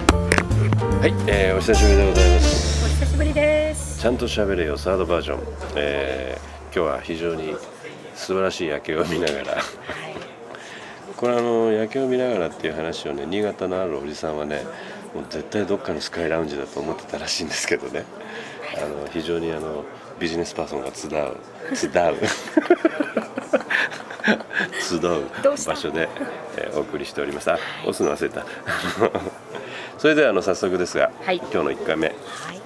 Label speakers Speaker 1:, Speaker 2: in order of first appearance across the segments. Speaker 1: はい、えー、お久しぶりでございます
Speaker 2: お久しぶりです
Speaker 1: ちゃんと喋れよサードバージョン、えー、今日は非常に素晴らしい夜景を見ながら
Speaker 2: はい
Speaker 1: これあの夜景を見ながらっていう話をね新潟のあるおじさんはねもう絶対どっかのスカイラウンジだと思ってたらしいんですけどねあの非常にあのビジネスパーソンが集う集う集
Speaker 2: どう
Speaker 1: う
Speaker 2: した
Speaker 1: 場所で、えーお送りしておりますあ押すの忘れたそれではあの早速ですが、
Speaker 2: はい
Speaker 1: 今日の1回目、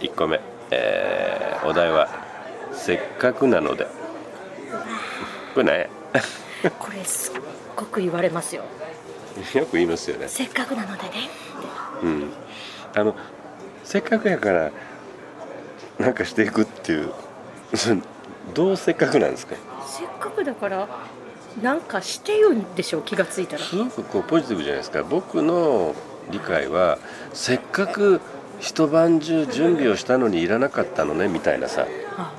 Speaker 1: 1個目、えーお題は「せっかくなので」これ何や
Speaker 2: これすっごく言われますよ
Speaker 1: よく言いますよね
Speaker 2: せっかくなのでね
Speaker 1: うん、あのせっかくやからなんかしていくっていう そのどうせっかくなんですか
Speaker 2: せっかくだからなんかしてよんでしょう気がついたら
Speaker 1: すごくこうポジティブじゃないですか僕の理解はせっかく一晩中準備をしたのにいらなかったのねみたいなさ
Speaker 2: あ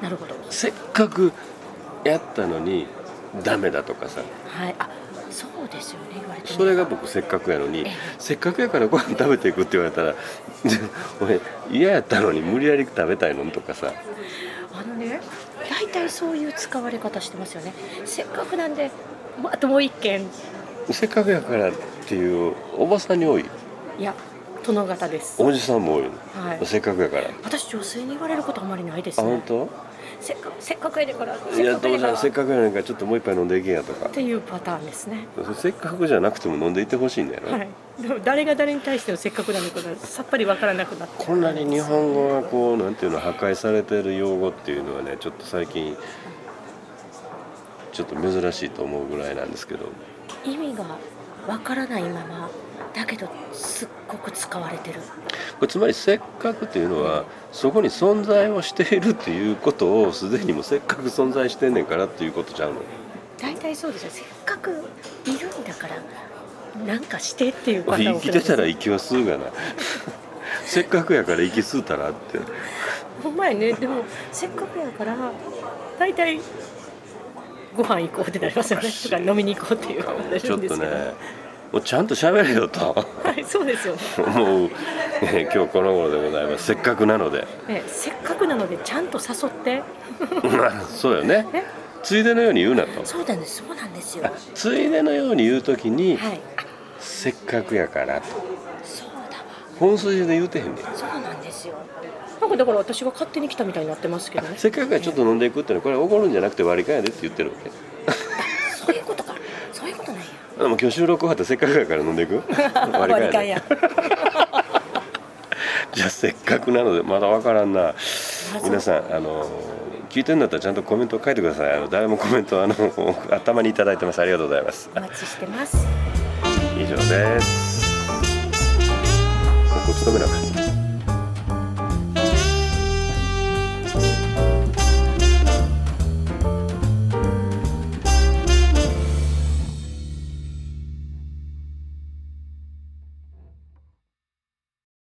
Speaker 2: あなるほど
Speaker 1: せっかくやったのにダメだとかさ
Speaker 2: はいあそうですよね言われてみれば
Speaker 1: それが僕せっかくやのに
Speaker 2: ええ
Speaker 1: せっかくやからご飯食べていくって言われたら 俺嫌やったのに無理やり食べたいのとかさ
Speaker 2: あのね大体そういう使われ方してますよねせっかくなんでもうあともう一件
Speaker 1: せっかくやからっていうおばさんに多い
Speaker 2: いや殿方です
Speaker 1: おじさんも多いの、
Speaker 2: はい
Speaker 1: せっかくやから
Speaker 2: 私女性に言われることあまりないです
Speaker 1: あ本
Speaker 2: ね
Speaker 1: 当
Speaker 2: せっかせっかくやでから
Speaker 1: い
Speaker 2: せっ
Speaker 1: や
Speaker 2: かく
Speaker 1: どう
Speaker 2: や
Speaker 1: じゃ
Speaker 2: で
Speaker 1: ん
Speaker 2: か
Speaker 1: せっ
Speaker 2: ら
Speaker 1: かくやねんからちょっともう一杯飲んでいけんやとか
Speaker 2: っていうパターンですね
Speaker 1: せっかくじゃなくても飲んでいってほしいんだよな、
Speaker 2: はい、でも誰が誰に対してもせっかくなのかがさっぱりわからなくなって
Speaker 1: こんなに日本語がこうなんていうの破壊されてる用語っていうのはねちょっと最近ちょっと珍しいと思うぐらいなんですけど
Speaker 2: 意味がわからないままだけどすっごく使われてる
Speaker 1: これつまりせっかくっていうのはそこに存在をしているっていうことをすでにもうせっかく存在してんねんからっていうことちゃうの
Speaker 2: 大体そうですよせっかくいるんだからなんかしてっていうパターン
Speaker 1: 生
Speaker 2: を
Speaker 1: きてたら
Speaker 2: い
Speaker 1: 息は吸うがな せっかくやから息吸うたらって
Speaker 2: ほんまやねでもせっかくやから大体ご飯行こうってなりますよねとか飲みに行こうっていうことにな
Speaker 1: ちょ
Speaker 2: る
Speaker 1: っ
Speaker 2: んです
Speaker 1: と
Speaker 2: けど、
Speaker 1: ねもうちゃんと喋れよと
Speaker 2: はいそうですよね
Speaker 1: 思う、えー今日この頃でございますせっかくなので
Speaker 2: ねせっかくなのでちゃんと誘って
Speaker 1: まあそうよね
Speaker 2: ね
Speaker 1: ついでのように言うなと
Speaker 2: そうなんですそうなんですよ
Speaker 1: あ
Speaker 2: は
Speaker 1: ついでのように言う時に、
Speaker 2: い
Speaker 1: せっかくやからと
Speaker 2: そうだわ
Speaker 1: 本筋で言うてへんねん
Speaker 2: そうなんですよ。なんかだから私が勝手に来たみたいになってますけ
Speaker 1: あ
Speaker 2: どね。
Speaker 1: せっかくやちょっと飲んでいくってのはこれ怒るんじゃなくて割り勘やでって言ってるわけ
Speaker 2: そういうことか。そういうことなんや。
Speaker 1: あもう今日収録終わったらせっかくやから飲んでいく 割り
Speaker 2: 割り
Speaker 1: 勘
Speaker 2: 勘
Speaker 1: や
Speaker 2: や
Speaker 1: で。じゃあせっかくなのでまだわからんな
Speaker 2: 謎
Speaker 1: 皆さんあの聞いてるんだったらちゃんとコメント書いてくださいあの誰もコメントあの 頭にいただいてますありがとうございます
Speaker 2: お待ちしてます。
Speaker 1: 以上ですここ勤めなかった